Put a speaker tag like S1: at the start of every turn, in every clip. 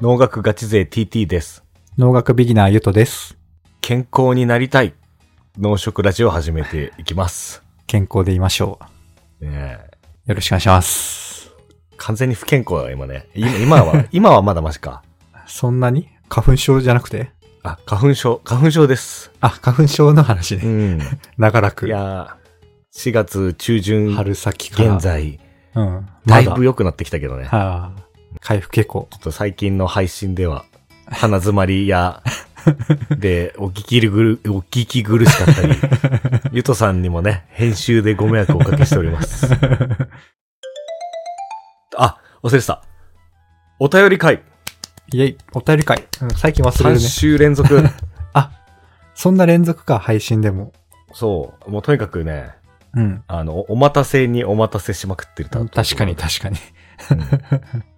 S1: 農学ガチ勢 TT です。
S2: 農学ビギナーゆとです。
S1: 健康になりたい。農食ラジオを始めていきます。
S2: 健康でいましょ
S1: ねえ
S2: う。よろしくお願いします。
S1: 完全に不健康だ、今ね。今今は、 今はまだマシか。
S2: そんなに花粉症じゃなくて
S1: あ、花粉症、花粉症です。
S2: あ、花粉症の話
S1: う
S2: ね。
S1: ん。
S2: 長ら
S1: い
S2: く。
S1: やー、4月中旬、
S2: 春先から。
S1: 現。在、
S2: うん。
S1: だいぶ
S2: よ。
S1: 良くなってきたけどね。ちょ
S2: はあ、回復傾向。
S1: っと最近の配信では、鼻詰まりや、で、お聞きぐる、お聞き苦しかったり、ゆとさんにもね、編集でご迷惑をおかけしております。あ、忘れてた。お便り会、
S2: イェイ、お便り会。うん最近忘れ
S1: 3
S2: るね。
S1: 週連続。
S2: そんな連続か、配信でも。
S1: そう、もうとにかくね、
S2: うん。
S1: あの、お待たせにお待たせしまくってるた
S2: 確かに、確かに。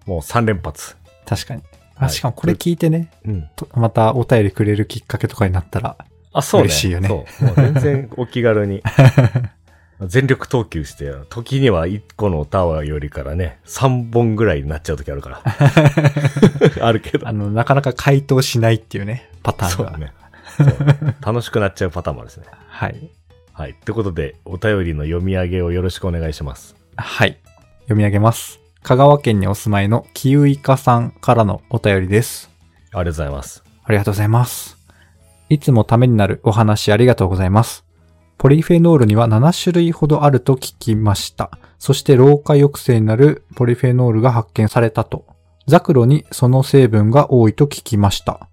S1: もう3連発。
S2: 確かに。
S1: は
S2: あ
S1: い
S2: しかもこれ聞いてね、
S1: うん。
S2: とまたお便りくれるきっかけとかになったら、
S1: あ、そうね。
S2: 嬉しいよね
S1: そう。もう全然お気軽 に。全力投球して、時には1個の歌よりからね、3本ぐらいになっちゃう時ある から。あるけど
S2: あ。の、なかなか回答しないっていうね、パター
S1: そ
S2: ンが。
S1: うね。そう楽しくなっちゃうパターンもあるですね。
S2: はい。
S1: はい。ってことで、お便りの読み上げをよろしくお願いします。
S2: はい。読み上げます。香川県にお住まいのキウイカさんからのお便りです。
S1: ありがとうございます。
S2: ありがとうございます。いつもためになるお話ありがとうございます。ポリフェノールには7種類ほどあると聞きました。そして老化抑制になるポリフェノールが発見されたと。ザクロにその成分が多いと聞きました。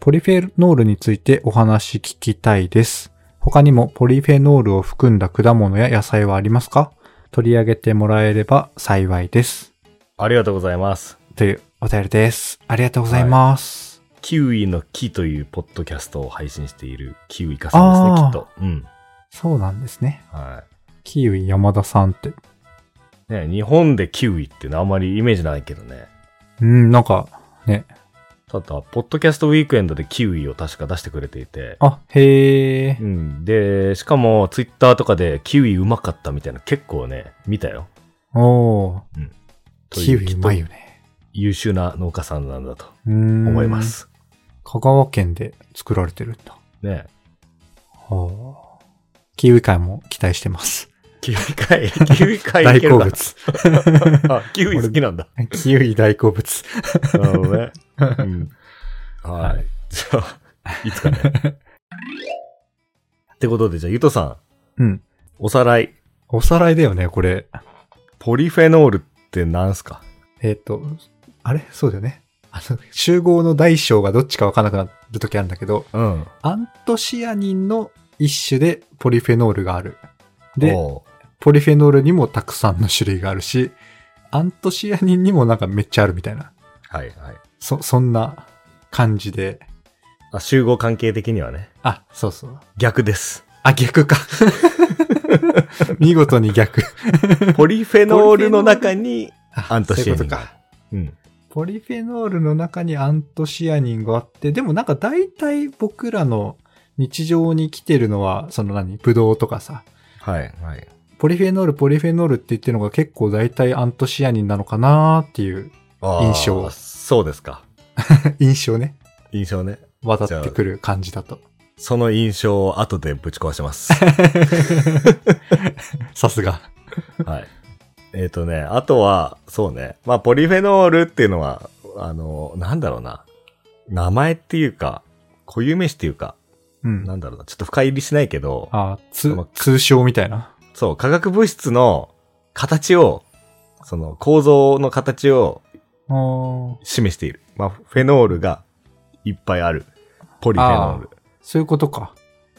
S2: ポリフェノールについてお話聞きたいです。他にもポリフェノールを含んだ果物や野菜はありますか取り上げてもらえれば幸いです。
S1: ありがとうございます。
S2: というお便りです。ありがとうございます。
S1: キウイの木というポッドキャストを配信しているキウイカさんですね、
S2: あ
S1: き
S2: ー
S1: っと。うん。
S2: そうなんですね。
S1: はい。
S2: キウイ山田さんって。
S1: ね、日本でキウイってのはあんまりイメージないけどね。
S2: うん、なんか、ね。
S1: ただ、ポッドキャストウィークエンドでキウイを確か出してくれていて。
S2: あ、へえ
S1: う。ん。で、しかも、ツイッターとかでキウイうまかったみたいな結構ね、見たよ。
S2: おー。
S1: と
S2: キウ
S1: う
S2: イ
S1: き
S2: う
S1: っ
S2: ま
S1: と
S2: いよね。
S1: 優秀な農家さんなんだと
S2: うーん。
S1: 思いま。す。
S2: 香川県で作られてるんだ。
S1: ね。
S2: はあ。キウイ会も期待してます。
S1: キウイ 会、キウイ会い
S2: 大
S1: ける
S2: 好
S1: か
S2: 物。
S1: あ、キウイ好きなんだ。
S2: キウイ大好物。
S1: なるほどね。うん。は。
S2: はい
S1: じゃあ、いつかね。 ってことで、じゃあ、ゆとさん、
S2: うん。
S1: おさらい。
S2: おさらいだよね、これ。
S1: ポリフェノールってなんすか
S2: えっ、と、あれそうだよね。あの、集合の大小がどっちかわからなくなるときあるんだけど、
S1: うん。
S2: アントシアニンの一種でポリフェノールがある。で、
S1: で、
S2: ポリフェノールにもたくさんの種類があるし、アントシアニンにもなんかめっちゃあるみたいな。
S1: はいはい。
S2: そ、そんな感じで。
S1: あ、集合関係的にはね、
S2: あ、そうそう。
S1: 逆です。
S2: あ、逆か。 見事に逆。
S1: ポリフェノールの中に、
S2: あ
S1: アントシアニン
S2: そういうことか。
S1: うん。
S2: ポリフェノールの中にアントシアニンがあって、でもなんか大体僕らの日常に来てるのは、その何ブドウとかさ。
S1: はいはい。
S2: ポリフェノール、ポリフェノールって言ってるのが結構大体アントシアニンなのかなーっていう
S1: あー
S2: 印象
S1: そうですか。
S2: 印象ね。
S1: 印象ね。
S2: 渡ってくる感じだと。
S1: その印象を後でぶち壊します。
S2: さすが。
S1: はい。えっ、とね、あとは、そうね。まあ、ポリフェノールっていうのは、あの、なんだろうな。名前っていうか、固有名詞っていうか、
S2: うん。
S1: なんだろうな。ちょっと深入りしないけど、
S2: あ
S1: そ
S2: つ
S1: の
S2: 通称みたいな。
S1: そう、化学物質の形を、その構造の形を
S2: あー
S1: 示している。まあ、フェノールがいっぱいある。ポリフェノール。
S2: そういうことか。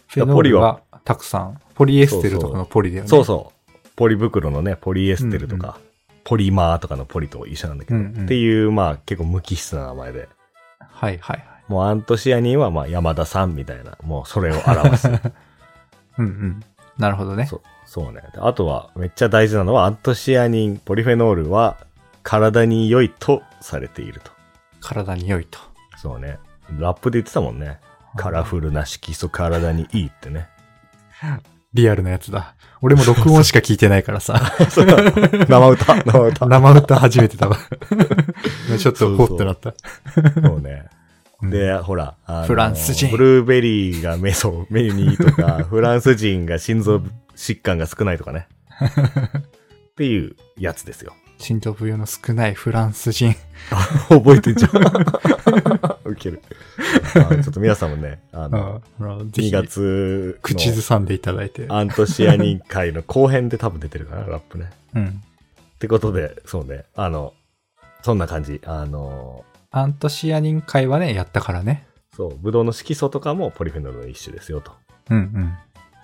S2: フ
S1: いや
S2: ェノー
S1: ポリ
S2: ル
S1: は
S2: がたくさん。ポリエステルとかのポリだよね。
S1: そうそう。ポリ袋のね、ポリエステルとか、
S2: う
S1: ポリマーとかのポリと一緒なんだけど、
S2: うんうん
S1: っていう、まあ、結構無機質な名前で。
S2: はいはいはい。
S1: もうアントシアニンはまあ山田さんみたいな、もうそれを表 す。
S2: うんうん。なるほどね。
S1: そうそうね。あとはめっちゃ大事なのはアントシアニン、ポリフェノールは体に良いとされていると。
S2: 体に良いと。
S1: そうね。 ラップで言ってたもんね。カラフルな色素体にいいってね。
S2: リアルなやつだ。俺も録音しか聞いてないか らさ、
S1: そう生歌、生歌。
S2: 生歌初め てだわ。ちょっとほっとなった。
S1: そうね。
S2: うん
S1: で、ほら、あの
S2: フランス人
S1: ブルーベリーがメ ソ、メニーとか、フランス人が心臓疾患が少ないとか ね。っていうやつですよ。
S2: 心臓不要の少ないフランス人。
S1: 覚えてんじゃん。 ウケる。あちょっと皆さんもね、あの、
S2: うん
S1: 2
S2: ぜひ、
S1: 月の
S2: 口ずさんでいただいて。
S1: アントシアニン会の後編で多分出てるかな、ラップね。
S2: うん。
S1: ってことで、そうね、あの、そんな感じ。あの、
S2: アントシアニン会はね、やったからね。
S1: そう、ブドウの色素とかもポリフェノールの一種ですよと。
S2: うん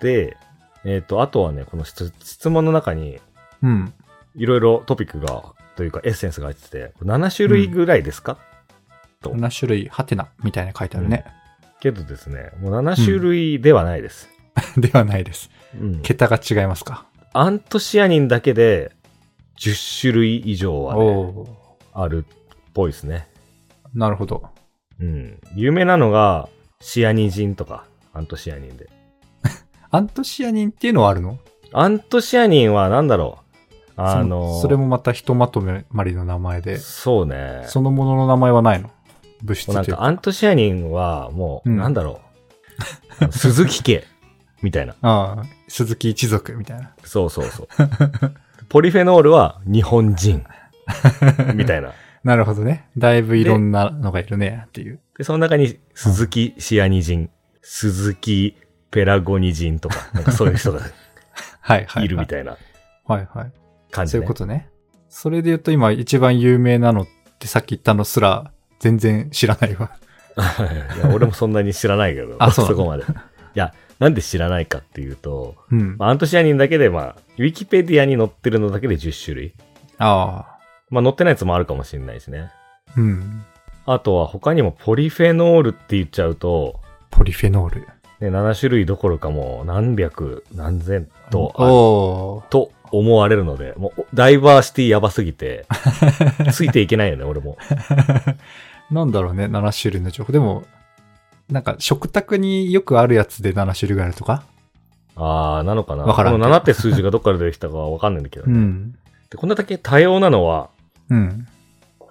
S1: で、えっ、と、あとはね、この質質問の中に、
S2: うん。うん。
S1: いろいろトピックが、というかエッセンスが入ってて、7種類ぐらいですか、と
S2: 7種類、ハテナみたいな書いてあるね。
S1: けどですね、もう7種類ではないです。
S2: ではないです。
S1: うん
S2: 桁が違いますか。
S1: アントシアニンだけで10種類以上は、ね、
S2: おー
S1: あるっぽいですね。
S2: なるほど。
S1: うん。有名なのが、シアニジンとか、アントシアニンで。
S2: アントシアニンっていうのはあるの
S1: アントシアニンは何だろうあの
S2: そそれもまたひとまとめまりの名前で、
S1: そうね。
S2: そのものの名前はないの物質
S1: もうなん
S2: という
S1: か
S2: か。
S1: アントシアニンはもう、
S2: うん
S1: なんだろう。 鈴木家みたいな。
S2: ああ、鈴木一族みたいな。
S1: そうそうそう。 ポリフェノールは日本 人みたいな。
S2: なるほどね。だいぶいろんなのがいるねっていう。
S1: で、その中に鈴木シアニ人、鈴木ペラゴニ人とか、なんかそういう 人が
S2: はいはい、はい。
S1: いるみたいな
S2: はいはい。
S1: 感じ
S2: そう
S1: ね。
S2: いうことね。それで言うと今一番有名なのってさっき言ったのすら全然知らないわ。
S1: いや、俺もそんなに知らないけど、
S2: あそ
S1: そう
S2: なんだ
S1: こまで。いや、なんで知らないかっていうと、
S2: うん。
S1: まあアントシアニンだけで、まあ、ウィキペディアに載ってるのだけで10種類。
S2: ああ。
S1: まあ、載ってないやつもあるかもしれないですね。
S2: うん。
S1: あとは他にもポリフェノールって言っちゃうと、
S2: ポリフェノール。
S1: ね、7種類どころかもう何百何千とある
S2: おー
S1: と思われるので、もうダイバーシティやばすぎ て、ついていけないよね、俺も。
S2: なんだろうね、7種類の情報。でも、なんか食卓によくあるやつで7種類があるとか
S1: あー、なのかな。
S2: わからん
S1: この7って数字がどっから出てきたかはわかんないんだけど、
S2: うん。
S1: で。こんなだけ多様なのは、
S2: うん。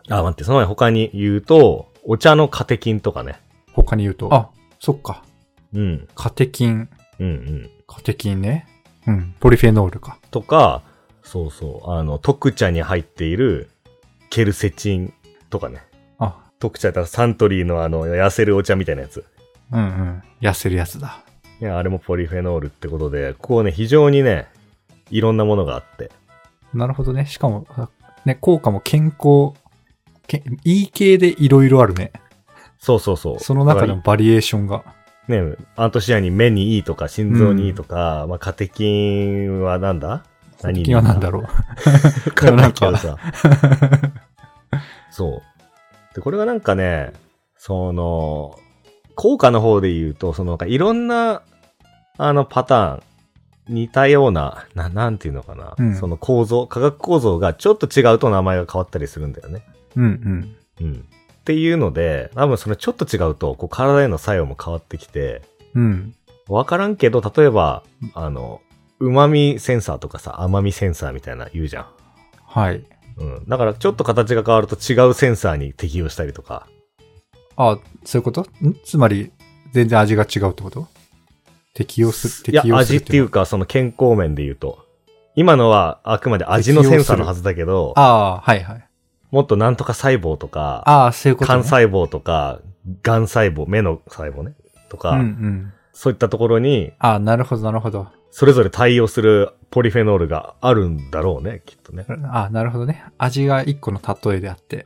S1: あ、待って、その前に他に言うと、お茶のカテキンとかね。
S2: 他に言うと。あ、そっか。
S1: うん、
S2: カテキン。
S1: うん、うん。
S2: カテキンね。うん。ポリフェノールか。
S1: とか、そうそう、あの、特茶に入っているケルセチンとかね。
S2: あ、
S1: 特茶だったらサントリーのあの、痩せるお茶みたいなやつ。
S2: うんうん。痩せるやつだ。
S1: ね、あれもポリフェノールってことで、こうね、非常にね、いろんなものがあって。
S2: なるほどね。しかも、あね、効果も健康、けいい系でいろいろあるね。
S1: そうそうそう。
S2: その中で
S1: だ
S2: も
S1: か
S2: バリエーションが。
S1: らね、アントシアニン目にいいとか、心臓にいいとか、まあ、カテキンはなんだ
S2: カテキンは何だろう。
S1: うわかんないけどさ。そう。で、これがなんかね、その、効果の方で言うと、そのなんかいろんな、あの、パターン、似たような、ななんていうのかな、
S2: うん
S1: その構造、化学構造がちょっと違うと名前が変わったりするんだよね。
S2: うんうん。
S1: うん。っていうので、多分そのちょっと違うと、こう体への作用も変わってきて、
S2: うん。
S1: わからんけど、例えば、あの、旨味センサーとかさ、甘味センサーみたいな言うじゃん。
S2: はい。
S1: うん。だからちょっと形が変わると違うセンサーに適用したりとか。
S2: あ、そういうことんつまり、全然味が違うってこと適用す、
S1: いや
S2: 適、用す
S1: 味
S2: る
S1: っていう
S2: の
S1: か、その健康面で言うと。今のはあくまで味のセンサーのはずだけど、
S2: は。ああー、はいはい。
S1: もっとなんとか細胞とか、
S2: ああ、そういうこと、ね。
S1: 肝細胞とか、がん細胞、目の細胞ね。とか、
S2: うんうん。
S1: そういったところに、
S2: ああ、なるほど、なるほど。
S1: それぞれ対応するポリフェノールがあるんだろうね、きっとね。
S2: ああ、なるほどね。味が一個の例えであって。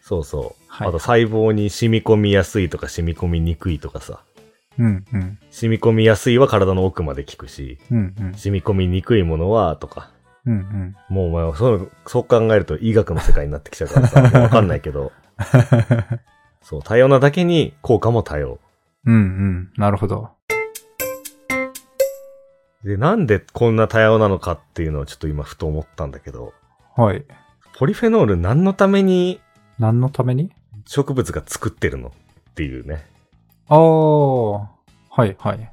S1: そうそう。
S2: はい
S1: あと細胞に染み込みやすいとか染み込みにくいとかさ。
S2: うんうん。
S1: 染み込みやすいは体の奥まで効くし、
S2: うんうん。
S1: 染み込みにくいものは、とか。
S2: うんうん。
S1: もうお前はそう、そう考えると医学の世界になってきちゃうからさ、もうわかんないけ ど。そう、多様なだけに効果も多様。
S2: うんうん。なるほど。
S1: で、なんでこんな多様なのかっていうのをちょっと今ふと思ったんだけど、
S2: はい。
S1: ポリフェノール何のために
S2: 何のために
S1: 植物が作ってるのっていうね。
S2: ああ、はいはい。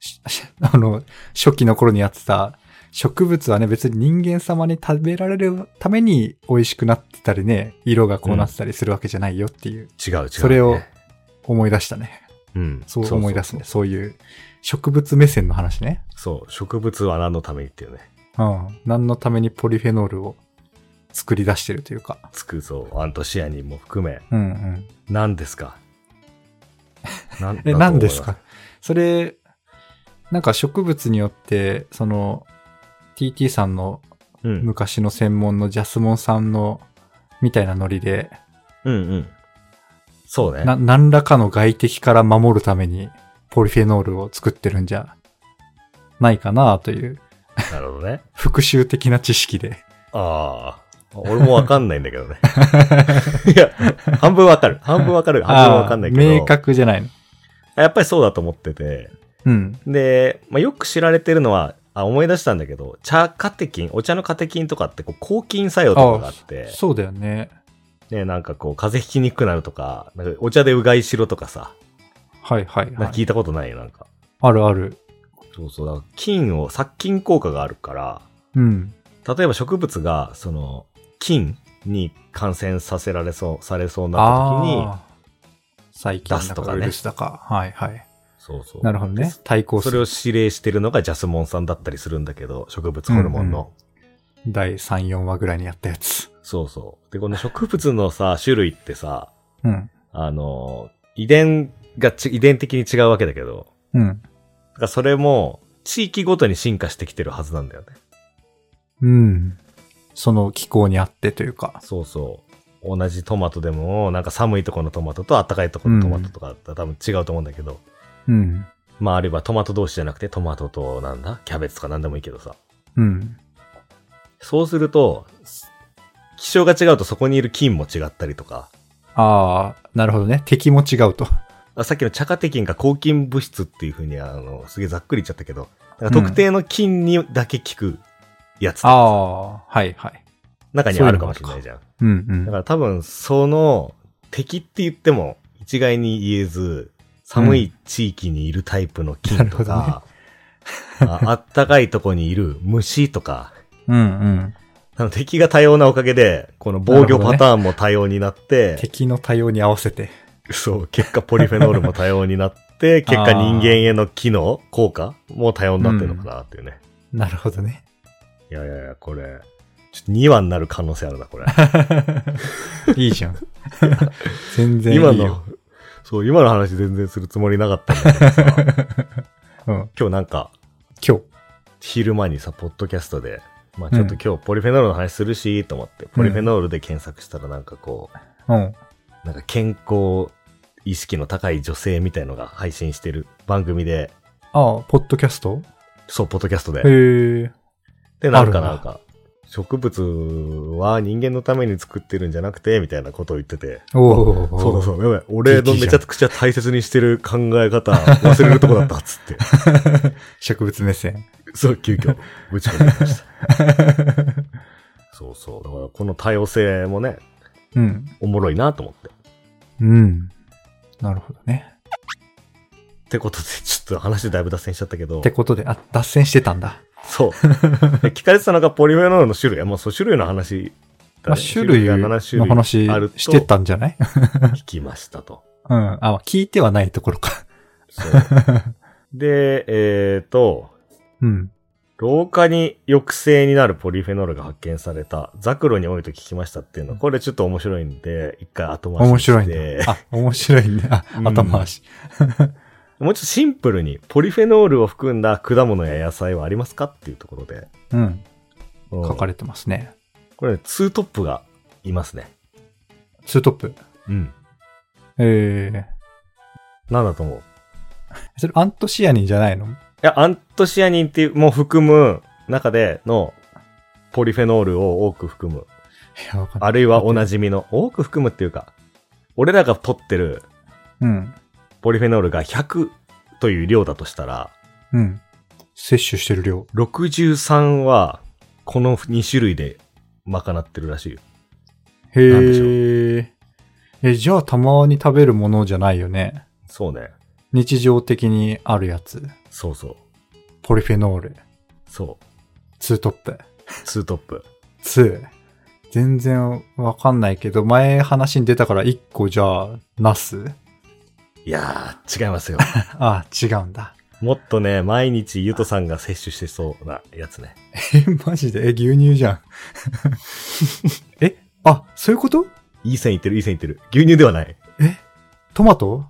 S2: し あの、初期の頃にやってた、植物はね、別に人間様に食べられるために美味しくなってたりね、色がこうなってたりするわけじゃないよっていう、
S1: 違う違う、
S2: それを思い出したね。
S1: うん、
S2: そう思い出すね。そういう植物目線の話ね。
S1: そうそう植物は何のためにっていうね。
S2: うん。何のためにポリフェノールを作り出してるというか。
S1: つくぞ、アントシアニンも含め。
S2: うんうん。
S1: 何です かなん
S2: え、
S1: だと思いま
S2: 何ですかそれ、なんか植物によって、その、TT さんの
S1: うん。
S2: 昔の専門のジャスモンさんの、みたいなノリで、
S1: うんうん。そうね。
S2: な、何らかの外敵から守るために、ポリフェノールを作ってるんじゃ、ないかなという、
S1: なるほどね。
S2: 復習的な知識で。
S1: ああ。俺もわかんないんだけどね。 いや、半分わかる。半分わかる。半分わかんないけど。
S2: あー明確じゃないの。
S1: やっぱりそうだと思ってて。
S2: うん。
S1: で、まあ、よく知られてるのは、あ、思い出したんだけど、茶カテキン、お茶のカテキンとかって、こう、抗菌作用とかがあって、
S2: そうだよね。
S1: ね、なんかこう、風邪ひきにくくなるとか、なんかお茶でうがいしろとかさ、
S2: はいはい、
S1: なん
S2: は
S1: か
S2: い。
S1: 聞いたことないよ、なんか。
S2: あるある。
S1: そうそう、だから菌を、殺菌効果があるから、
S2: うん。
S1: 例えば植物が、その、菌に感染させられそう、されそうになった時に、
S2: ああー。最近
S1: 出す
S2: だ
S1: と
S2: か
S1: かね
S2: ウイルスだか。はいはい。
S1: そうそう。
S2: なるほどね。対抗す
S1: それ
S2: る。
S1: を指令してるのがジャスモン酸だったりするんだけど、植物ホルモンの。
S2: うん第3、4話ぐらいにやったやつ。
S1: そうそう。で、この植物のさ、種類ってさ、
S2: うん。
S1: あの、遺伝がち、遺伝的に違うわけだけど、
S2: うん。
S1: だからそれも、地域ごとに進化してきてるはずなんだよね。
S2: うん。その気候にあってというか。
S1: そうそう。同じトマトでも、なんか寒いとこのトマトと暖かいとこのトマトとかだったら多分違うと思うんだけど、
S2: うん。
S1: まああればトマト同士じゃなくてトマトとなんだキャベツとかなんでもいいけどさ。
S2: うん。
S1: そうすると、気象が違うとそこにいる菌も違ったりとか、
S2: ああ、なるほどね。敵も違うと。
S1: あさっきの茶化テキンが抗菌物質っていうふうに、あの、すげえざっくり言っちゃったけど、なんか特定の菌にだけ効くやつ、
S2: ああ、 はいはい。
S1: 中にはあるかもしれないじゃん。
S2: うんうん。
S1: だから多分、その、敵って言っても、一概に言えず、寒い地域にいるタイプの菌と
S2: なる
S1: か、ああったかいとこにいる虫とか、
S2: うんうん。
S1: あの敵が多様なおかげで、この防御パターンも多様にな って、
S2: 敵の対応に合わせて。
S1: そう、結果ポリフェノールも多様にな って、結果人間への機能、効果も多様になってるのかなっていうね。
S2: なるほど ね。
S1: いやいやいや、これ、ちょっと2話になる可能性あるな、これ。
S2: いいじ ゃん。全然いいよ。
S1: 今の、そう、今の話全然するつもりなかったんだけどさ、
S2: うん。
S1: 今日なんか、
S2: 今日。
S1: 昼間にさ、ポッドキャストで、まあちょっと今日ポリフェノールの話するし、と思って、ポリフェノールで検索したらなんかこ
S2: うん。
S1: う、なんか健康意識の高い女性みたいのが配信してる番組で、
S2: ああ、ポッドキャスト
S1: そう、ポッドキャストで。
S2: へえ。
S1: で、なん
S2: あ
S1: か
S2: るな
S1: なんか、植物は人間のために作ってるんじゃなくて、みたいなことを言ってて。
S2: お お。
S1: そう
S2: う。
S1: そう、やばい。俺のめちゃくちゃ大切にしてる考え方、忘れるとこだった、つって。
S2: 植物目線。
S1: そう、急遽、ぶち込みました。そうそう。だから、この多様性もね、
S2: うん。
S1: おもろいなと思って。
S2: うん。なるほどね。
S1: ってことで、ちょっと話だいぶ脱線しちゃったけど
S2: って、ことで、あ、脱線してたんだ。
S1: そう。で聞かれてたのがポリフェノールの種類。まあ、そう、種類の話だ
S2: まあ、
S1: ね、
S2: 種類
S1: が
S2: の
S1: 7種類
S2: 話
S1: あると
S2: してたんじゃない
S1: 聞きましたと。
S2: うん。あ、聞いてはないところか。
S1: そう。で、えっ、と、
S2: うん。
S1: 老化に抑制になるポリフェノールが発見された、ザクロに多いと聞きましたっていうのは、これちょっと面白いんで、一回後回し
S2: 面
S1: にして。
S2: 白いね。あ、面白いね。あ、
S1: うん
S2: 後回し。
S1: もうちょっとシンプルに、ポリフェノールを含んだ果物や野菜はありますかっていうところで。
S2: うん。
S1: うん
S2: 書かれてますね。
S1: これ、ね、ツートップがいますね。
S2: ツートップ。
S1: うん。
S2: えー。
S1: なんだと思うい
S2: それアントシアニンじゃないの
S1: や、アントシアニンっていう、も含む中での、ポリフェノールを多く含む。
S2: いや、わかんない。
S1: あるいはおなじみの、多く含むっていうか、俺らが取ってる
S2: うん。
S1: ポリフェノールが100という量だとしたら、
S2: うん。摂取してる量。
S1: 63はこの2種類で賄ってるらしいよ。
S2: へ
S1: なんでしょ
S2: ー。え、じゃあたまに食べるものじゃないよね。
S1: そうね。
S2: 日常的にあるやつ。
S1: そうそう。
S2: ポリフェノール、
S1: そう。
S2: ツートップ、
S1: ツートップ。
S2: ツー。全然わかんないけど、前話に出たから1個じゃあ、ナス
S1: いやー、違いますよ。
S2: ああ、違うんだ。
S1: もっとね、毎日ゆとさんが摂取してそうなやつね。
S2: え、マジでえ、牛乳じゃん。 え、あ、そういうこと
S1: いい線いってる、いい線いってる。牛乳ではない。
S2: トマト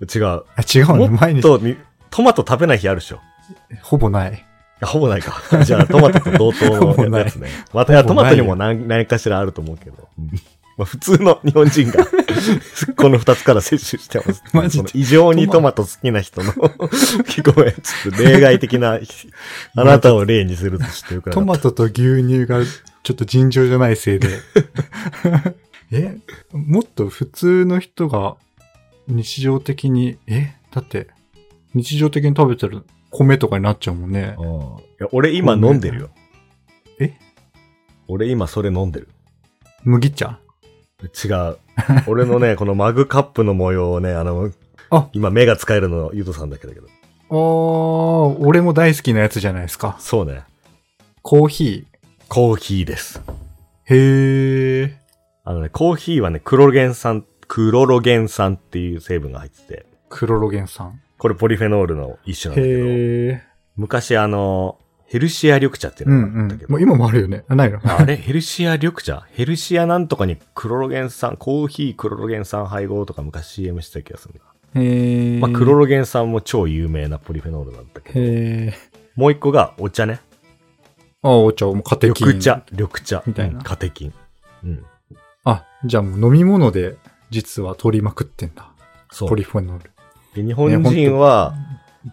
S1: 違う。
S2: あ違う
S1: も
S2: ね。毎日
S1: と、にトマト食べない日あるでしょ。い
S2: ほぼない。
S1: やほぼないか。じゃあ、トマトと同
S2: ほぼ
S1: 等の
S2: ない
S1: やつね。また、いや
S2: ほ
S1: ト
S2: ぼ
S1: マ
S2: ない
S1: ト
S2: よ
S1: にも何何かしらあると思うけど。まあ、普通の日本人が、 この二つから摂取してます。
S2: マジで
S1: この異常にトマト好きな人の、ごめん、ちょっと例外的な、あなたを例にするとちょっとよくなか
S2: ト
S1: った
S2: マトと牛乳がちょっと尋常じゃないせいで。 え、もっと普通の人が日常的に、え、だって日常的に食べてる米とかになっちゃうもんね。
S1: うんいや俺今飲んでるよ。
S2: え
S1: 俺今それ飲んでる。
S2: 麦茶
S1: 違う。俺のね、こ のマグカップの模様をね、あの、
S2: あ
S1: 今目が使えるのゆうとさんだけだけど。
S2: あー、俺も大好きなやつじゃないですか。
S1: そうね。
S2: コーヒ
S1: コーヒーです。
S2: ー。へー。
S1: あのね、コーヒーはね、クロロゲン酸、クロロゲン酸っていう成分が入ってて、
S2: クロロゲン酸。
S1: これポリフェノールの一種なんだけど、
S2: へー。
S1: 昔あの、ヘルシア緑茶っていう
S2: う
S1: の
S2: ん
S1: があっ
S2: う
S1: た
S2: ん
S1: け。ど、
S2: もう今もあるよね。あないの
S1: あれヘルシア緑茶ヘルシアなんとかにクロロゲン酸、コーヒークロロゲン酸配合とか昔 CM してた気がするな。
S2: へー。
S1: まあ、クロロゲン酸も超有名なポリフェノールなんだけど、
S2: へー。
S1: もう一個がお茶ね。
S2: ああ、お茶、もうカテキン。
S1: 緑茶、緑茶、
S2: みたいな
S1: うんカテキン。うん。
S2: あ、じゃあもう飲み物で実は取りまくってんだ。
S1: そ
S2: ポ
S1: う。
S2: リ
S1: で
S2: フェノール。
S1: 日本人は、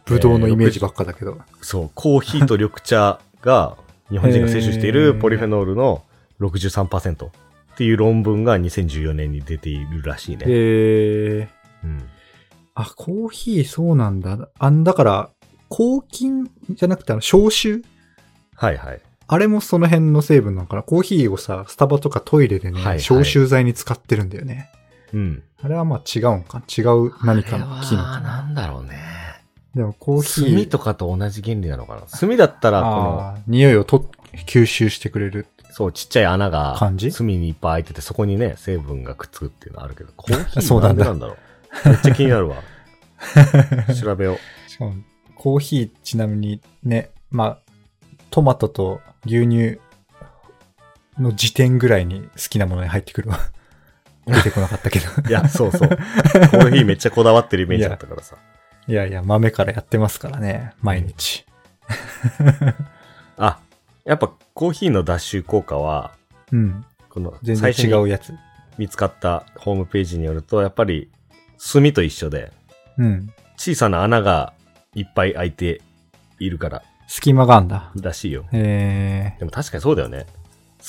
S2: ブドウのイメージばっかだけど。
S1: そう、コーヒーと緑茶が、日本人が摂取してい
S2: へ
S1: る
S2: ー
S1: ポリフェノールの63%っていう論文が2014年に出ているらしいね。
S2: へえ。
S1: うん。
S2: あ、コーヒーそうなんだ。あんだから、抗菌じゃなくてあの消臭
S1: はいはい。
S2: あれもその辺の成分なのかな。コーヒーをさ、スタバとかトイレでね、
S1: はいはい
S2: 消臭剤に使ってるんだよね。
S1: うん。
S2: あれはまあ違うんか。違う何かの機能
S1: あ
S2: か
S1: れは
S2: な。
S1: んだろうね。
S2: でもコーヒー。
S1: 炭とかと同じ原理なのかな。炭だったら、この、
S2: あー匂いをと吸収してくれ る。
S1: そう、ちっちゃい穴が、
S2: 感じ
S1: 隅にいっぱい開いてて、そこにね、成分がくっつくっていうのあるけど、コーヒー
S2: そう
S1: な
S2: なんん
S1: で
S2: だ
S1: なんだろう。めっちゃ気になるわ。調べよ
S2: しかも、コーヒーちなみにね、まあ、トマトと牛乳の時点ぐらいに好きなものに入って くるわ。出てこなかったけど。
S1: う。いや、そう そう。コーヒーめっちゃこだわってるイメージだったからさ。
S2: いやいや、豆からやってますからね、毎日。
S1: あ、やっぱコーヒーの脱臭効果は、
S2: うん。
S1: この、
S2: 全
S1: 最
S2: 然
S1: 初
S2: 違
S1: に
S2: うやつ。
S1: 見つかったホームページによると、やっぱり、炭と一緒で、
S2: うん。
S1: 小さな穴がいっぱい開いているから、
S2: 隙間があんだ。
S1: らしいよ。
S2: え
S1: でも確かにそうだよね。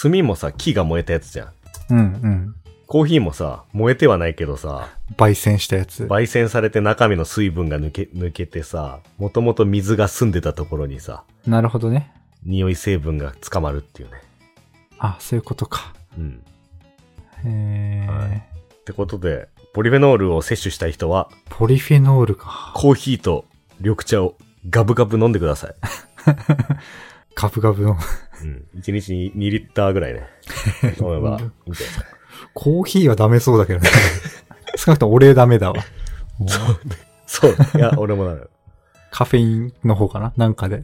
S1: 炭もさ、木が燃えたやつじゃん。
S2: ー、うんうん。
S1: コーヒーもさ、燃えてはないけどさ、
S2: 焙煎したやつ。
S1: 焙煎されて中身の水分が抜け、抜けてさ、もともと水が澄んでたところにさ、
S2: なるほどね。
S1: 匂い成分が捕まるっていうね。
S2: あ、そういうことか。
S1: うん。
S2: えー
S1: はいってことで、ポリフェノールを摂取したい人は、
S2: ポリフェノールか。
S1: コーヒーと緑茶をガブガブ飲んでください。
S2: ガブガブの。
S1: うん。1日に2リッターぐらい ね。飲めばいいんじゃないですか。
S2: コーヒーはダメそうだけどね。 少なくとも俺ダメだわ。
S1: そう。いや、俺もなる。
S2: カフェインの方かななんかで。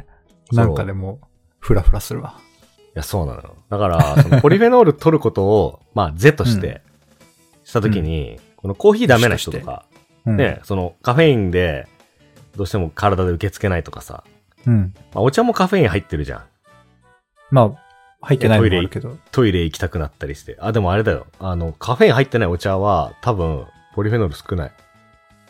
S1: そう
S2: なんかでも、フラフラするわ。
S1: いや、そうなのよ。だから、そのポリフェノール取ることを、まあ、是として、したときに、このコーヒーダメな人とか、
S2: うん、
S1: ね、そのカフェインで、どうしても体で受け付けないとかさ、
S2: うん。
S1: まあ、お茶もカフェイン入ってるじゃん。
S2: まあ、入ってないのもあ
S1: トイレ
S2: るけど。
S1: トイレ行きたくなったりして。あ、でもあれだよ。あの、カフェイン入ってないお茶は、多分、ポリフェノール少ない。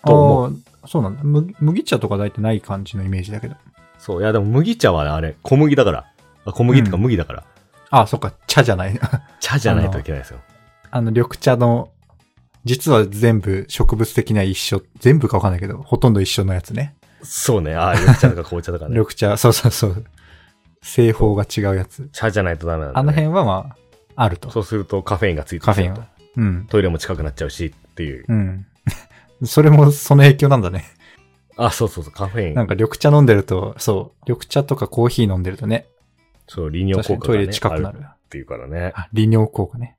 S2: あ
S1: と思
S2: あー、そうなんだ。麦麦茶とか大体ない感じのイメージだけど。
S1: そう。いや、でも麦茶はねあれ、小麦だから。あ小麦ってか
S2: うん
S1: 麦だから。
S2: ああ、そっか、茶じゃない。
S1: 茶じゃないといけないですよ。
S2: あの、緑茶の、実は全部植物的には一緒。全部かわかんないけど、ほとんど一緒のやつね。
S1: そうね。あ、緑茶とか紅茶とかね。
S2: 緑茶、 そうそうそう。製法が違うやつ。
S1: 茶じゃないとダメなんだ、ね。
S2: あの辺はまあ、あると。
S1: そうするとカフェインがついてきちゃ
S2: カ
S1: うと
S2: フェインは。うん。
S1: トイレも近くなっちゃうしっていう。
S2: うん。それもその影響なんだね。
S1: あ、そうそうそう、カフェイン。
S2: なんか緑茶飲んでると、そう、緑茶とかコーヒー飲んでるとね、
S1: そう、利尿
S2: 確か
S1: 効果
S2: にト
S1: が、ね、
S2: イレ近くな
S1: ある
S2: る。
S1: っていうからね。
S2: あ、利尿効果ね。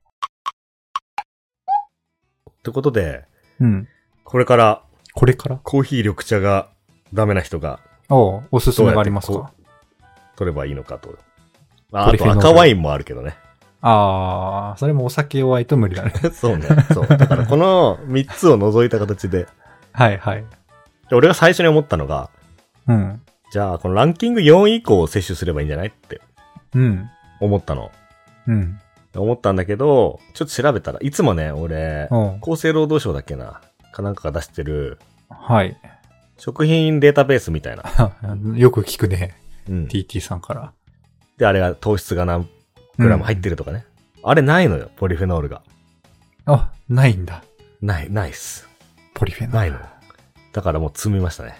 S1: ってことで、
S2: うん。
S1: これから
S2: これから
S1: コーヒー緑茶がダメな人が
S2: おうおすすめがあります
S1: どうや
S2: か
S1: 取ればいいのかと。あ
S2: ポ
S1: あ
S2: リフェ
S1: と
S2: ノール
S1: 赤ワインもあるけどね。
S2: あー、それもお酒弱いと無理だね。
S1: そうね。そう。だからこの3つを除いた形で、
S2: はいはい。
S1: で俺が最初に思ったのが、
S2: うん。
S1: じゃあこのランキング4位以降を摂取すればいいんじゃないって
S2: うん。
S1: 思ったの。
S2: うん。
S1: 思ったんだけど、ちょっと調べたら、いつもね、俺、
S2: おう
S1: 厚生労働省だっけな、かなんかが出してる、
S2: はい。
S1: 食品データベースみたいな。
S2: よく聞くね。
S1: うん。
S2: TT さんから。
S1: で、あれが糖質が何グラム入ってるとかね。あれないのよ、ポリフェノールが。
S2: うんあ、ないんだ。
S1: ない、ないっす。
S2: ポリフェノ
S1: な
S2: ー
S1: い
S2: ル
S1: の。だからもう積みましたね。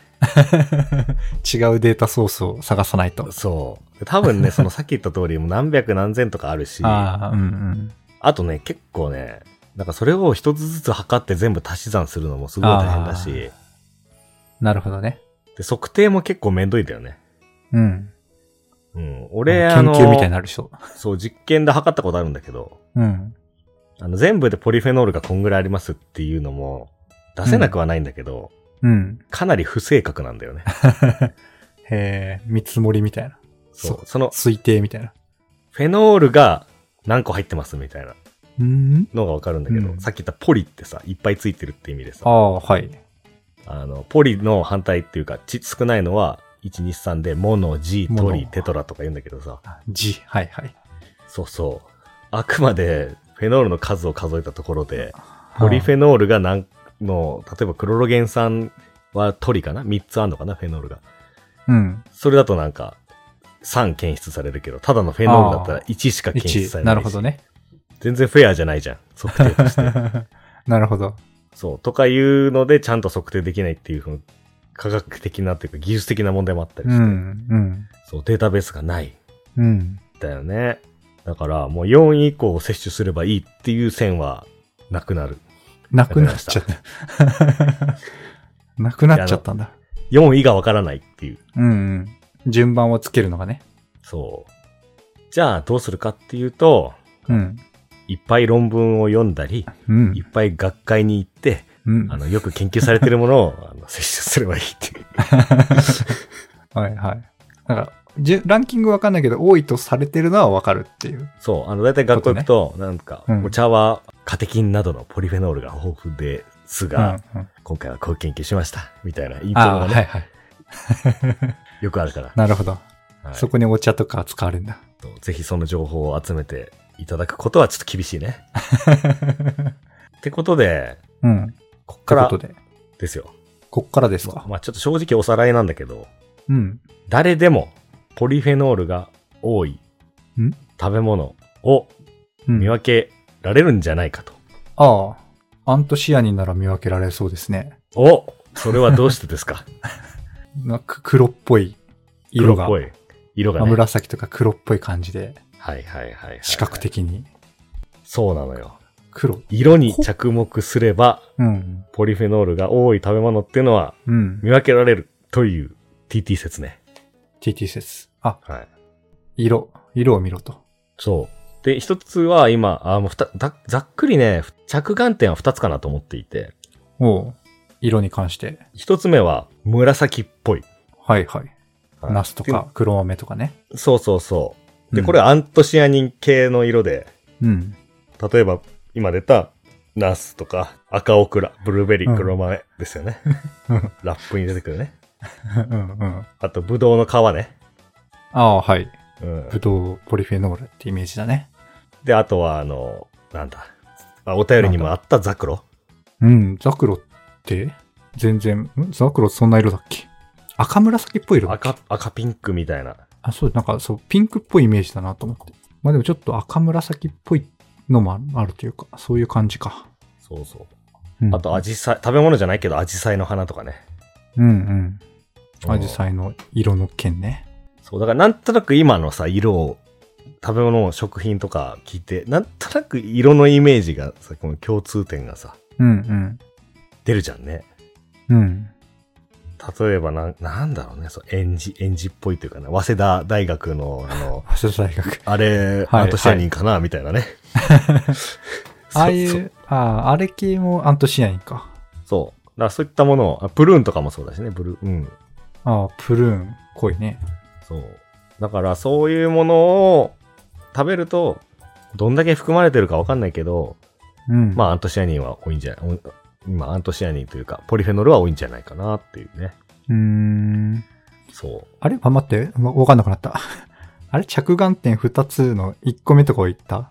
S2: 違うデータソースを探さないと。
S1: そう。で多 分ね、そのさっき言った通り、もう何百何千とかあるし、あ
S2: ああ、うんうん。
S1: とね、結構ね、なんかそれを一つずつ測って全部足し算するのもすごい大変だし、
S2: なるほどね。
S1: で、測定も結構めんどいんだよね。
S2: うん。
S1: うん。俺、
S2: 研
S1: あの、
S2: 究みたいになる人。
S1: そう、実験で測ったことあるんだけど、
S2: うん。
S1: あの、全部でポリフェノールがこんぐらいありますっていうのも、出せなくはないんだけど、
S2: うん。
S1: かなり不正確なんだよね。
S2: へえ、見積もりみたいな。
S1: そう
S2: そ。
S1: その、
S2: 推定みたいな。
S1: フェノールが何個入ってますみたいな
S2: うん
S1: のがわかるんだけど、
S2: うん
S1: さっき言ったポリってさ、いっぱいついてるって意味でさ
S2: あ、あ、はい。
S1: あの、ポリの反対っていうか、ち少ないのは、123で、モノ、G、
S2: モノ
S1: トリ、テトラとか言うんだけどさ、
S2: G。はいはい。
S1: そうそう。あくまで、フェノールの数を数えたところで、ポリフェノールが何の、例えばクロロゲン酸はトリかな ?3 つあんのかなフェノールが。
S2: うん。
S1: それだとなんか、3検出されるけど、ただのフェノールだったら
S2: あ
S1: 1しか検出さ
S2: 1。
S1: れな
S2: ない
S1: し。
S2: るほどね。
S1: 全然フェアじゃないじゃん。測定として。
S2: なるほど。
S1: そう。とかいうので、ちゃんと測定できないっていうふうに科学的なというか技術的な問題もあったり
S2: う
S1: して、
S2: ん。
S1: そう、データベースがない。
S2: うん。うん。
S1: だよね。だから、もう4位以降を摂取すればいいっていう線はなくなる。
S2: なくなっちゃった。 なくなっちゃったんだ。
S1: 4位がわからないっていう。
S2: うんうん。順番をつけるのがね。
S1: そう。じゃあ、どうするかっていうと、
S2: うん。
S1: いっぱい論文を読んだり、
S2: うん
S1: いっ。ぱい学会に行って、
S2: うん。
S1: あの、よく研究されてるもの を、あの、摂取すればいいっていう。
S2: はいはい。だから、じゅランキングわかんないけど、多いとされてるのはわかるっていう。
S1: そう、あの、だいたい学校行くと、なんか
S2: う、ん
S1: お茶はカテキンなどのポリフェノールが豊富ですが、
S2: うんうん
S1: 今回はこう研究しました、みたいなイントロ
S2: あ
S1: が
S2: あ、
S1: ね、
S2: はいはい。
S1: よくあるから、
S2: なるほど。
S1: はい
S2: そこにお茶とか使われるんだ。
S1: とぜひその情報を集めていただくことはちょっと厳しい ね。ってことで、
S2: うん。って
S1: こっか
S2: こ
S1: ら
S2: とで。
S1: ですよ。
S2: こっからですか。
S1: まあちょっと正直おさらいなんだけど、
S2: うん。
S1: 誰でもポリフェノールが多い
S2: ん
S1: 食べ物を
S2: うん
S1: 見分けられるんじゃないかと。
S2: ああ。アントシアニンなら見分けられそうですね。
S1: おそれはどうしてですか
S2: なんか黒っぽい 色が。
S1: 黒っぽい。色が
S2: まあ
S1: ね。
S2: 紫とか黒っぽい感じで、
S1: はいはいはいはいはい。
S2: 視覚。的に。
S1: そうなのよ。
S2: 黒。
S1: 色に着目すれば、
S2: うん。
S1: ポリフェノールが多い食べ物っていうのは
S2: うん
S1: 見。分けられるという TT 説ね。
S2: TT 説。あ、
S1: はい。
S2: 色。色を見ろと。
S1: そう。で、一つは今、あもうふたざざっくりね、着眼点は二つかなと思っていて、
S2: おう色に関して。
S1: 一つ目は紫っぽい。
S2: はいはい。
S1: はい
S2: ナスとか黒豆とかね。
S1: そうそうそう。で、
S2: うん
S1: これアントシアニン系の色で、
S2: うん。
S1: 例えば今出たナスとか赤オクラ、ブルーベリ
S2: う
S1: ー、
S2: ん
S1: 黒豆ですよね。
S2: うん
S1: ラップに出てくるね。
S2: うんうん。
S1: あと、ブドウの皮ね。
S2: ああ、はい。
S1: うん
S2: ブ。ドウポリフェノールってイメージだね。
S1: で、あとは、あの、なんだ。あお便りにもあったザクロ。
S2: うん、ザクロって全然、んザクロそんな色だっけ赤紫っぽい色だっけ
S1: 赤、赤ピンクみたいな。
S2: あ、そう、なんかそう、ピンクっぽいイメージだなと思って。まあでもちょっと赤紫っぽいのもあるあるというか、そういう感じか。
S1: そうそう。
S2: うん
S1: あと、アジサイ、食べ物じゃないけど、アジサイの花とかね。
S2: うんうん。アジ
S1: イ。
S2: サイの色の件ね。
S1: そう、だからなんとなく今のさ、色を、食べ物、食品とか聞いて、なんとなく色のイメージがさ、この共通点がさ、
S2: うん
S1: 出るじゃんね。
S2: うん。うん。
S1: 例えばな、なんだろうね、そう、演じ、演じっぽいというかね、早稲田大学の、あ の、
S2: 早稲田大学。
S1: あれ、アントシアニンかな、みたいなね。
S2: ああい
S1: そう
S2: う、ああ、あれ系もアントシアニンか。
S1: そう。だからそういったものを、あプルーンとかもそうだしね、ブルー、うん。
S2: ああ、プルーン、濃いね。
S1: そう。だからそういうものを食べると、どんだけ含まれてるかわかんないけど、
S2: うん。
S1: まあアントシアニンは多いんじゃない、お今アントシアニンというか、ポリフェノルは多いんじゃないかなっていうね。
S2: うーん。
S1: そう。
S2: あれあ、待って。わわかんなくなった。 あれ着眼点2つの1個目とこ行った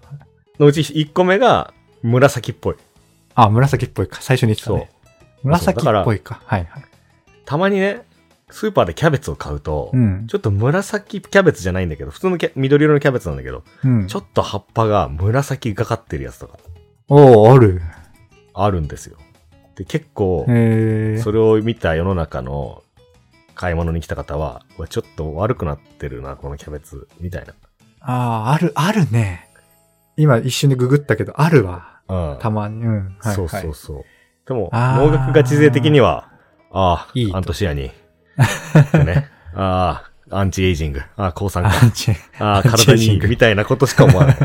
S1: のうち1個目が紫っぽい。
S2: あ、紫っぽいか。最初に言ってた、
S1: そう
S2: ね。。紫っぽいか。はいはい。
S1: たまにね、スーパーでキャベツを買うと、
S2: うん。
S1: ちょっと紫キャベツじゃないんだけど、普通のキャ緑色のキャベツなんだけど、
S2: うん、
S1: ちょっと葉っぱが紫がかってるやつとか
S2: おおある。
S1: あるんですよ。で、結構、
S2: へえ。
S1: それを見た世の中の買い物に来た方は、うわちょっと悪くなってるな、このキャベツ、みたい
S2: ああ、ある、あるね。今一瞬でググったけど、あるわ。
S1: な。うん。
S2: たまに。うん。はい、はい。
S1: そうそうそう。でも、
S2: あー
S1: 農学ガチ勢的には、ああ、
S2: いいと
S1: アントシアニン。ってね。ああ、アンチエイジング。ああ、抗酸化。
S2: あち
S1: ああ、
S2: アンチエ
S1: 体
S2: イジ
S1: に
S2: ン
S1: い
S2: グ
S1: い、みたいなことしか思 わない。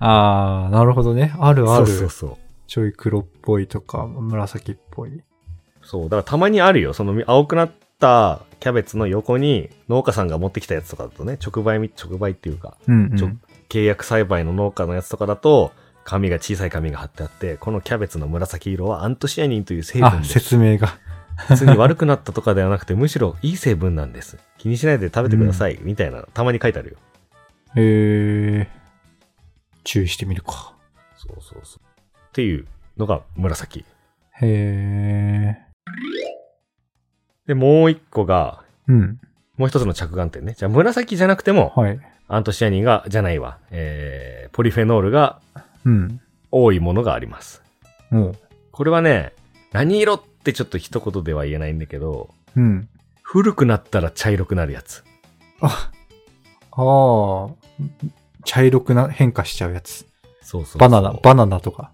S2: あー、なるほどね。あるあ
S1: そ
S2: る。
S1: うそうそう。
S2: ちょい黒っぽいとか、紫っぽい。
S1: そう、だからたまにあるよ。その青くなったキャベツの横に農家さんが持ってきたやつとかだとね、直売み、直売っていうか、
S2: うん、う
S1: ちょ
S2: ん。
S1: 契約栽培の農家のやつとかだと、紙が小さい紙が貼ってあって、このキャベツの紫色はアントシアニンという成分
S2: あ、
S1: で、
S2: 説明が。
S1: 別に悪くなったとかではなくて、むしろいい成分なん です。気にしないで食べてください、みたいな、たまに書いてあるよ。
S2: へ え。注意してみるか。
S1: そうそうそう。っていうのが紫。
S2: へえ。
S1: で、もう一個が、
S2: うん。
S1: もう一つの着眼点ね。じゃあ紫じゃなくても、
S2: はい。
S1: アントシアニンが、じゃないわ、えー、ポリフェノールが
S2: うん。
S1: 多いものがあります。
S2: も
S1: これはね、何色ってちょっと一言では言えないんだけど、
S2: う。うん。
S1: 古くなったら茶色くなるやつ。
S2: あ、ああ。茶色くな、変化しちゃうやつ。
S1: そうそうそう
S2: バナナ、バナナとか。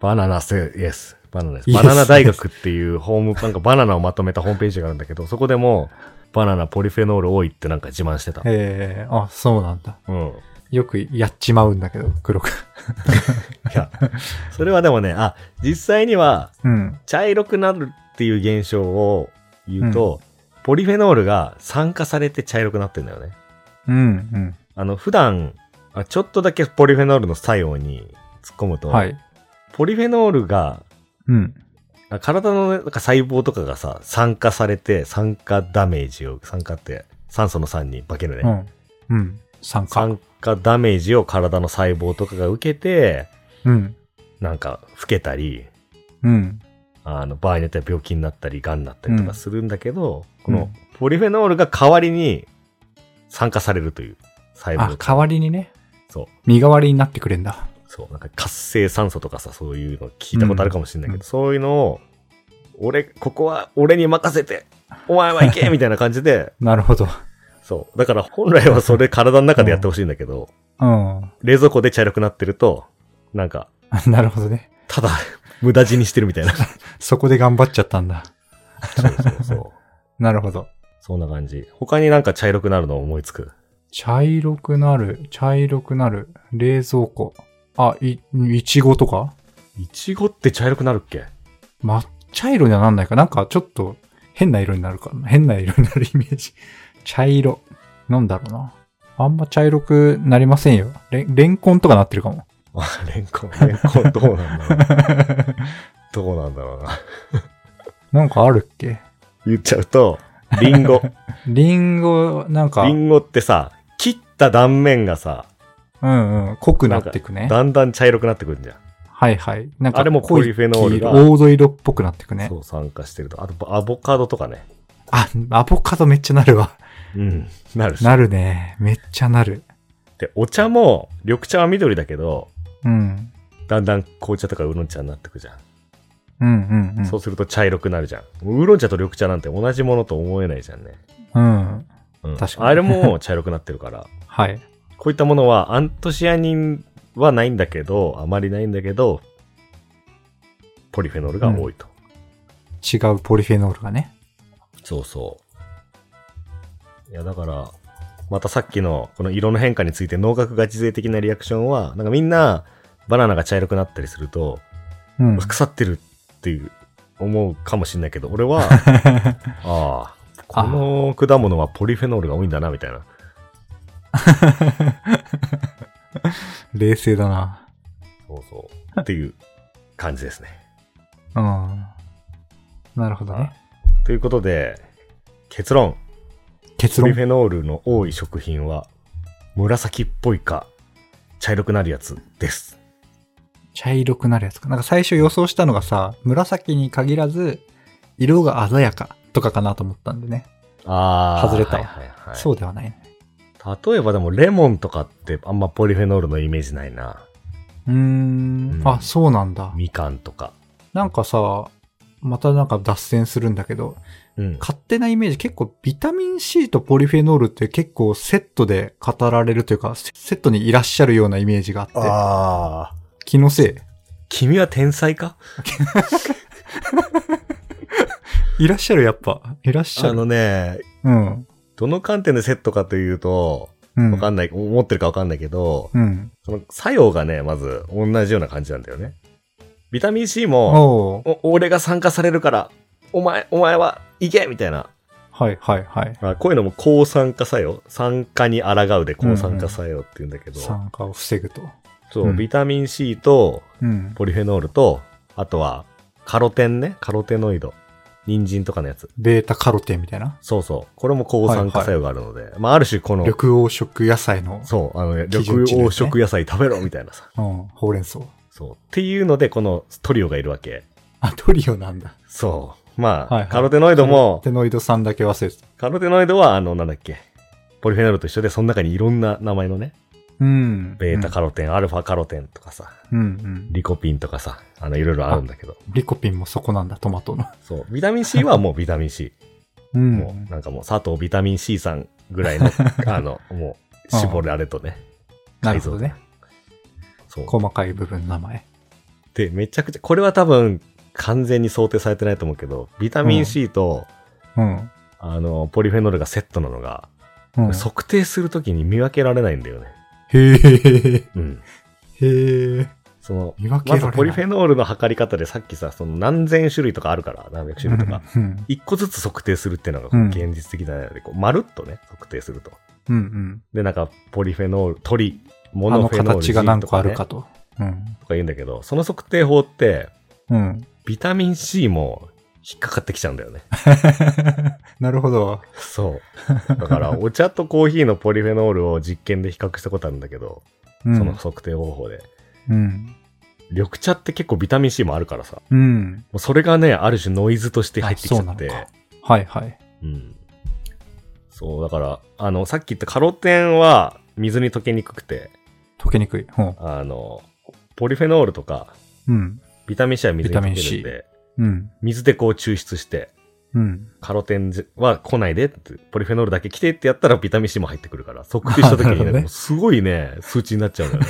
S1: バナナセ、イエス。バナナです。
S2: Yes
S1: バナナ大学っていうホーム、なんかバナナをまとめたホームページがあるんだけど、そこでも、バナナポリフェノール多いってなんか自慢してた。
S2: へえ。あ、そうなんだ。
S1: うん。
S2: よくやっちまうんだけど、黒く。
S1: いや、それはでもね、あ、実際には、
S2: うん。
S1: 茶色くなるっていう現象を言うと、ポリフェノールが酸化されて茶色くなってんだよね。
S2: うん、
S1: あの、普段、あちょっとだけポリフェノールの作用に突っ込む
S2: う
S1: と、
S2: ん。はい。
S1: ポリフェノールが、
S2: うん。
S1: あ体のなんか細胞とかがさ、酸化されて、酸化ダメージを、酸化って、酸素の酸に化けるね。
S2: うん。うん。酸化。
S1: 酸化ダメージを体の細胞とかが受けて、
S2: うん。
S1: なんか、老けたり、
S2: うん。
S1: あの、場合によっては病気になったり、癌になったりと
S2: うん
S1: かするんだけど、こ
S2: う
S1: の
S2: ん、
S1: ポリフェノールが代わりに酸化されるという細
S2: あ
S1: 胞、
S2: 代わりにね、
S1: そう。
S2: 身代わりになってくれんだ。
S1: そう、なんか活性酸素とかさ、そういうの聞いたことあるかもしれないけど、
S2: うん
S1: そういうのを、俺、ここは俺に任せて、お前は行 けみたいな感じで、
S2: なるほど。
S1: そう。だから本来はそれ体の中でやってほしいんだけど、
S2: うん。
S1: 冷蔵庫で茶色くなってると、なんか、
S2: なるほどね。
S1: た だ、無駄死にしてるみたいな。
S2: そこで頑張っちゃったんだ。
S1: そうそうそう。
S2: なるほど。
S1: そんな感じ。他になんか茶色くなるの思いつく。
S2: 茶色くなる、茶色くなる、冷蔵庫。あ、い、いちごとか
S1: いちごって茶色くなるっけ
S2: 抹茶色にはなんないか。なんかちょっと変な色になるか。変な色になるイメージ。 茶色。なんだろうな。あんま茶色くなりませんよ。レンレンコンとかなってるかも。
S1: あ、レンコン、レンコンどうなんだろ う。どうなんだろうな。
S2: なんかあるっけ
S1: 言っちゃうと、リンゴ。
S2: リンゴ、なんか、う
S1: リ
S2: ん
S1: ンゴってさ、切った断面がさ、
S2: うん、濃くなってくね。
S1: だんだん茶色くなってくるんじゃん。
S2: はいはい。なんか、
S1: あれもポリフェノールが
S2: 濃い黄色黄土色っぽくなってくね
S1: そ。う、酸化してると。あと、アボカドとかね。
S2: あ、アボカドめっちゃなるわ。
S1: うん。なるし。
S2: なるね。めっちゃなる。
S1: で、お茶も、緑茶は緑だけど、
S2: うん。
S1: だんだん紅茶とかウーロン茶になってくじゃん。
S2: うんうんうん。
S1: そうすると茶色くなるじゃん。ウーロン茶と緑茶なんて同じものと思えないじゃんね。
S2: うん。
S1: うん。
S2: 確かに
S1: あれも茶色くなってるから。
S2: はい。
S1: こういったものは、アントシアニンはないんだけど、あまりないんだけど、ポリフェノールが多いと。
S2: 違うポリフェノールがね。
S1: そうそう。いや、だから、またさっきのこの色の変化について農学ガチ勢的なリアクションは、なんかみんなバナナが茶色くなったりすると、
S2: うん。
S1: 腐ってるっていう思うかもしれないけど、俺 は、ああ、この果物はポリフェノールが多いんだな、みたいな。
S2: 冷静だな。
S1: そうそう。っていう感じですね。
S2: うん。なるほどね。
S1: ということで、結論。
S2: 結
S1: ポリ
S2: 論
S1: フ。ェノールの多い食品は、紫っぽいか、茶色くなるやつです。
S2: 茶色くなるやつか。なんか最初予想したのがさ、紫に限らず、色が鮮やかとかかなと思ったんでね。
S1: ああ。
S2: 外れた
S1: はいはいはい
S2: そうではないね。
S1: 例えばでも、レモンとかってあんまポリフェノールのイメージないな。
S2: うーん
S1: う。ん
S2: あ、そうなんだ。
S1: みかんとか。
S2: なんかさ、またなんか脱線するんだけど、
S1: うん。
S2: 勝手なイメージ結構ビタミン C とポリフェノールって結構セットで語られるというか、セセットにいらっしゃるようなイメージがあっ
S1: ああ。
S2: て、気のせ
S1: 君は天才か
S2: い。いらっしゃるやっぱ。いらっしゃ
S1: あ
S2: る。
S1: のね、
S2: うん。
S1: どの観点でセットかというと、
S2: うん。
S1: わかんない、思ってるかわかんないけど、
S2: うん。
S1: その作用がね、まず同じような感じなんだよね。ビタミン C も、
S2: おー
S1: お俺が参加されるから、お前、お前は行けみたいな。
S2: はいはいはい。
S1: あこういうのも抗酸化作用酸化に抗うで抗酸化作用って言うんだけど、
S2: 酸化を防ぐと。
S1: そうう、
S2: ん
S1: ビタミン C と
S2: うん。
S1: ポリフェノールと、あとはカロテンね、カロテノイド。人参とかのやつ。
S2: ベータカロテンみたいな。
S1: そうそう。これも抗酸化作用があるので、まあある種この、
S2: 緑黄色野菜の、
S1: そう、あの、
S2: 基準
S1: 緑
S2: 値ですね
S1: 黄色野菜食べろみたいなさ。
S2: うん、ほうれん草。
S1: そう。っていうので、このトリオがいるわけ。
S2: あ、トリオなんだ。
S1: そう。まあ、
S2: はいはい
S1: カロテノイドも、
S2: テノイドさんだけ忘れてた。
S1: カロテノイドは、あの、なんだっけ、ポリフェノールと一緒で、その中にいろんな名前のね、
S2: うん。
S1: ベータカロテン、アルファカロテンとかさ、
S2: うんうん。
S1: リコピンとかさ、あの、いろいろあるんだけど。
S2: リコピンもそこなんだ、トマトの。
S1: そう。ビタミン C はもうビタミン C。
S2: う
S1: もう、なんかもう、佐藤ビタミン C さんぐらいの、あの、もう、絞られとね。
S2: なるほどね。
S1: そう。
S2: 細かい部分の名前。
S1: で、めちゃくちゃ、これは多分完全に想定されてないと思うけど、ビタミン C と、
S2: うん。
S1: あの、ポリフェノールがセットなのが、
S2: うん、
S1: 測定するときに見分けられないんだよね。
S2: へえ。
S1: うん。
S2: へえ。
S1: その、
S2: 見分け
S1: ま
S2: られ
S1: ず
S2: ない。
S1: ポリフェノールの測り方でさっきさ、その何千種類とかあるから、何百種類とか。
S2: うん。うん
S1: 一個ずつ測定するっていうのがこ
S2: う
S1: うん現実的なので、こう、まるっとね、測定すると。
S2: うんうん。
S1: で、なんか、ポリフェノール、鳥、モ
S2: あ
S1: ノ
S2: の
S1: フェノール、
S2: 形が何個ある
S1: ジンと
S2: か
S1: ね
S2: と。うん。
S1: とか言うんだけど、その測定法って、
S2: うん。
S1: ビタミン C も引っかかってきちゃうんだよね。
S2: なるほど。
S1: そう。だから、お茶とコーヒーのポリフェノールを実験で比較したことあるんだけど、
S2: うん。
S1: その測定方法で。
S2: うん。
S1: 緑茶って結構ビタミン C もあるからさ。も
S2: うん。
S1: うそれがね、ある種ノイズとして入ってきちゃ
S2: あ
S1: っ
S2: そう
S1: て
S2: な。のかはいはい。
S1: うん。そう、だから、あの、さっき言ったカロテンは水に溶けにくくて、
S2: 溶けにくい。うん
S1: あの、ポリフェノールとか、
S2: うん。
S1: ビタミン C は水に溶け
S2: ビタミ
S1: るん
S2: ン C
S1: で、
S2: うん。
S1: 水でこう抽出して、
S2: うん。
S1: カロテンは来ないでって、ポリフェノールだけ来てってやったらビタミン C も入ってくるから、測定した時
S2: なる
S1: に
S2: ほ
S1: ね、
S2: どね
S1: もうすごいね、数値になっち ゃうのよ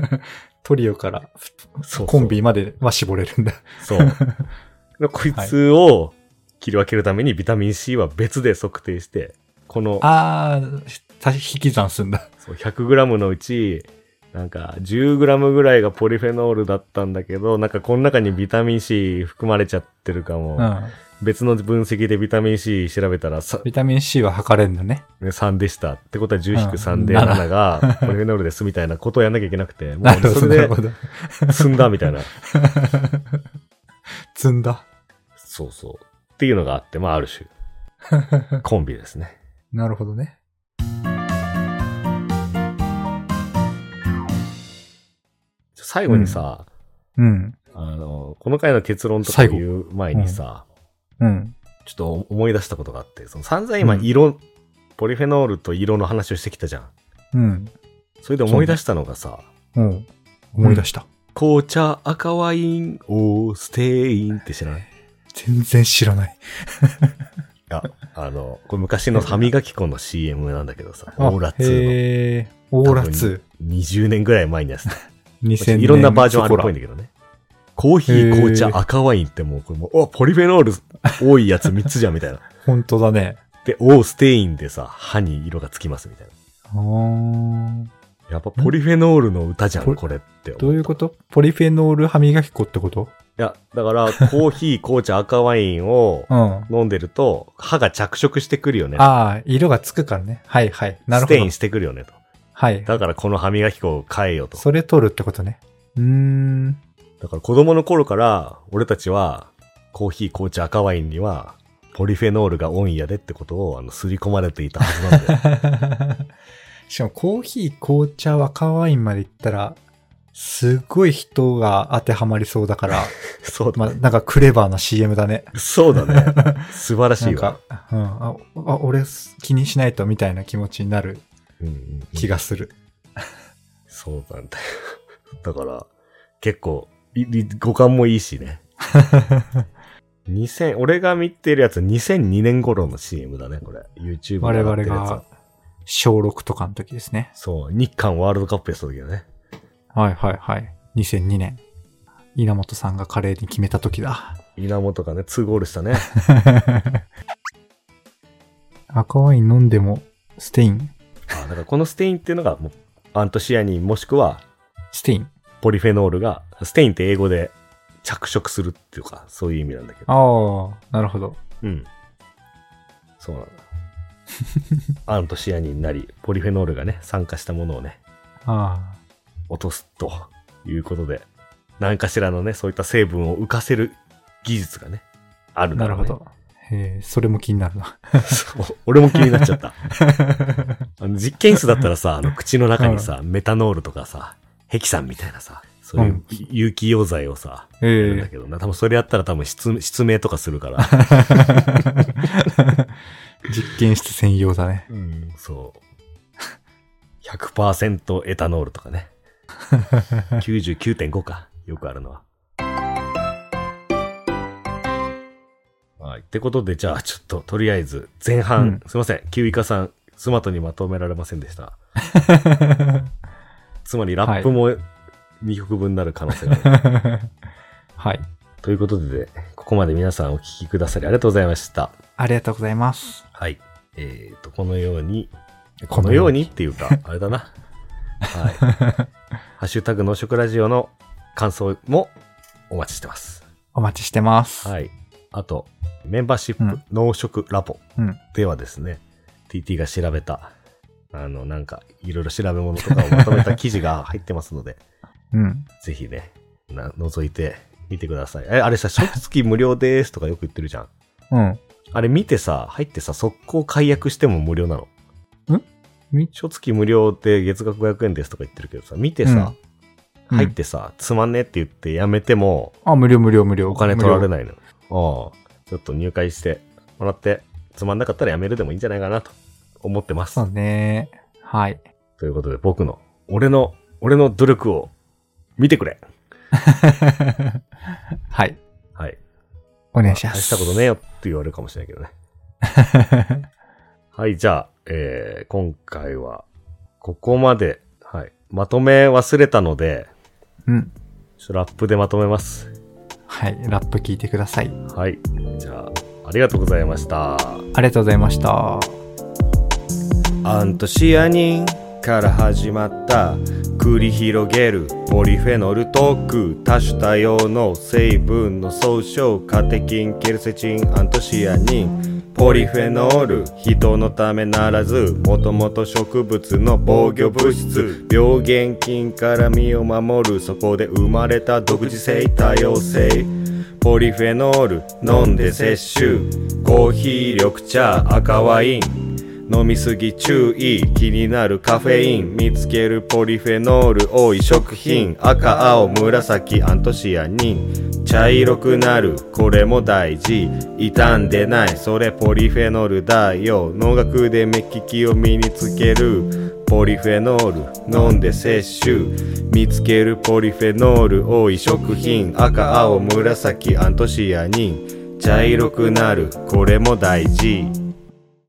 S1: ね。
S2: トリオから
S1: そうそう
S2: コンビまでは絞れるんだ。
S1: そう。でこいつを切り分けるためにビタミン C は別で測定して、この
S2: ああ、引き算すんだ。
S1: そう 100g のうち、なんか 10g ぐらいがポリフェノールだったんだけど、なんかこの中にビタミン C 含まれちゃってるかも。
S2: うん。
S1: 別の分析でビタミン C 調べたらさ
S2: ビタミン C は測れんのね。
S1: ね3でした。ってことは10引
S2: うん
S1: く3で
S2: なら
S1: 7がポリフェノールですみたいなことをやんなきゃいけなくて、も
S2: なる
S1: うそ
S2: ほど、な
S1: れ
S2: る
S1: で
S2: ほど。
S1: 済んだみたいな。
S2: 積んだ。
S1: そうそう。っていうのがあって、まあある 種、コンビですね。
S2: なるほどね。
S1: 最後にさ、
S2: うん。
S1: あの、この回の結論とか言う前にさ、
S2: うん。
S1: ちょっと思い出したことがあって、その散々今
S2: うん
S1: 色、ポリフェノールと色の話をしてきたじゃん。
S2: うん。
S1: それで思い出したのがさ、
S2: うん。思い出した。
S1: 紅茶赤ワインオーステインって知らない
S2: 全然知らない。
S1: あ、あの、これ昔の歯磨き粉の CM なんだけどさ、
S2: あ
S1: オーラ2
S2: へーオーラ2。
S1: の20年ぐらい前にやつ。
S2: 2000年。
S1: いろんなバージョンあるっぽいん
S2: ね。
S1: だけどね。コーヒー、紅茶、赤ワインってもう、これもう、おポリフェノール多いやつ3つじゃんみたいな。
S2: 本当だね。
S1: で、オーステインでさ、歯に色がつきますみたいな。
S2: あー
S1: やっぱポリフェノールの歌じゃん、これって思った。
S2: どういうことポリフェノール歯磨き粉ってこと
S1: いや、だから、コーヒー、紅茶、赤ワインを
S2: うん。あ
S1: 飲んでると、歯が着色してくるよね。
S2: あー、色がつくからね。はいはい。なる
S1: ス
S2: ほ
S1: テイン
S2: ど。
S1: してくるよねと。
S2: はい。
S1: だからこの歯磨き粉を変えようと。
S2: それ取るってことね。うーん。
S1: だから子供の頃から、俺たちは、コーヒー、紅茶、赤ワインには、ポリフェノールが多いんやでってことを、あの、すり込まれていたはずなんだよ。
S2: しかもコーヒー、紅茶、赤ワインまで行ったら、すごい人が当てはまり そうだ から、
S1: そうだ
S2: まあ、
S1: ね。
S2: なんかクレバーな CM だね。
S1: そうだね。素晴らし
S2: ないん
S1: わ
S2: か。、うん、あ、あ俺気にしないとみたいな気持ちになる
S1: うんうんうん
S2: 気がす る。
S1: そうなんだよ。 だから、結構、いい五感もいいしね。2000、俺が見てるやつ2002年頃の CM だね、これ。YouTube
S2: 我
S1: で上が
S2: 々
S1: ってるやつ
S2: が小6とかの時ですね。
S1: そう、日韓ワールドカップやった時だね。
S2: はいはいはい。2002年。稲本さんがカレーに決めた時 だ。
S1: 稲本がね、2ゴールした ね。
S2: 赤ワイン飲んでもステイン。
S1: あだからこのステインっていうのが、もうアントシアニンもしくは
S2: ステイン。
S1: ポリフェノールが、ステインって英語で着色するっていうか、そういう意味なんだけど。
S2: ああ、なるほど。
S1: うん。そう なんだ。アントシアニンなり、ポリフェノールがね、酸化したものをね、
S2: ああ。
S1: 落とすということで、何かしらのね、そういった成分を浮かせる技術がね、あるんだ
S2: な
S1: ろ
S2: る
S1: うね。
S2: ほど。へえ、それも気になる な。
S1: そう 俺も気になっちゃ った。あの実験室だったらさ、あの口の中にさ、メタノールとかさ、ヘキサンみたいなさ、そういううん有機溶剤をさ、やるんだ
S2: ええ。
S1: けどな、多分それやったら多分失失明とかするから、
S2: 実験室専用だ ね。
S1: うん、そう。100%エタノールとかね。99.5か。よくあるのは。はい。ってことで、じゃあ、ちょっと、とりあえず、前半、
S2: うん
S1: すいません。キウイカさん、スマートにまとめられませんでした。つまり、ラップも2曲分になる可能 性がある。
S2: はい。
S1: ということで、ここまで皆さんお聞きくださりありがとうございました。
S2: ありがとうございます。
S1: はい。えー、と、このように、こ
S2: こ
S1: の
S2: の
S1: よ
S2: よ
S1: う
S2: う
S1: にっていうか、あれだな。 はい。ハッシュタグ、農食ラジオの感想もお待ちしてます。
S2: お待ちしてます。
S1: はい。あと、メンバーシップ、
S2: うん
S1: 農食ラボ
S2: うん。
S1: ではですね、TT が調べた、あの、なんか、いろいろ調べ物とかをまとめた記事が入ってますので、
S2: うん。
S1: ぜひね、な覗いてみてください。え、あれさ、初月無料ですとかよく言ってるじゃん。
S2: うん。
S1: あれ見てさ、入ってさ、速攻解約しても無料なの。
S2: み
S1: 初月無料って月額500円ですとか言ってるけどさ、見てさ、
S2: うん
S1: 入ってさ、つまんねって言ってやめても、
S2: あ、無料無料無料。
S1: お金取られ
S2: い。
S1: ないの。ああ、ちょっと入会してもらって、つまんなかったらやめるでもいいんじゃないかなと思ってます。
S2: そうね。 はい。
S1: ということで、僕の、俺の、俺の努力を見てくれ
S2: はい。
S1: はい。
S2: お願いします。
S1: 大したことねえよって言われるかもしれないけどね。はい、じゃあ、えー、今回は、ここまで、はい。まとめ忘れたので、
S2: うん。
S1: ちょっとラップでまとめます。
S2: はい。ラップ聞いてください。
S1: はい。じゃあ、ありがとうございました。
S2: ありがとうございました。
S1: アントシアニンから始まった繰り広げるポリフェノルトーク多種多様の成分の総称カテキンケルセチンアントシアニンポリフェノール人のためならずもともと植物の防御物質病原菌から身を守るそこで生まれた独自性多様性ポリフェノール飲んで摂取コーヒー緑茶赤ワイン飲みすぎ注意気になるカフェイン見つけるポリフェノール多い食品赤青紫アントシアニン茶色くなるこれも大事傷んでないそれポリフェノールだよ農学で目利きを身につけるポリフェノール飲んで摂取見つけるポリフェノール多い食品赤青紫アントシアニン茶色くなるこれも大事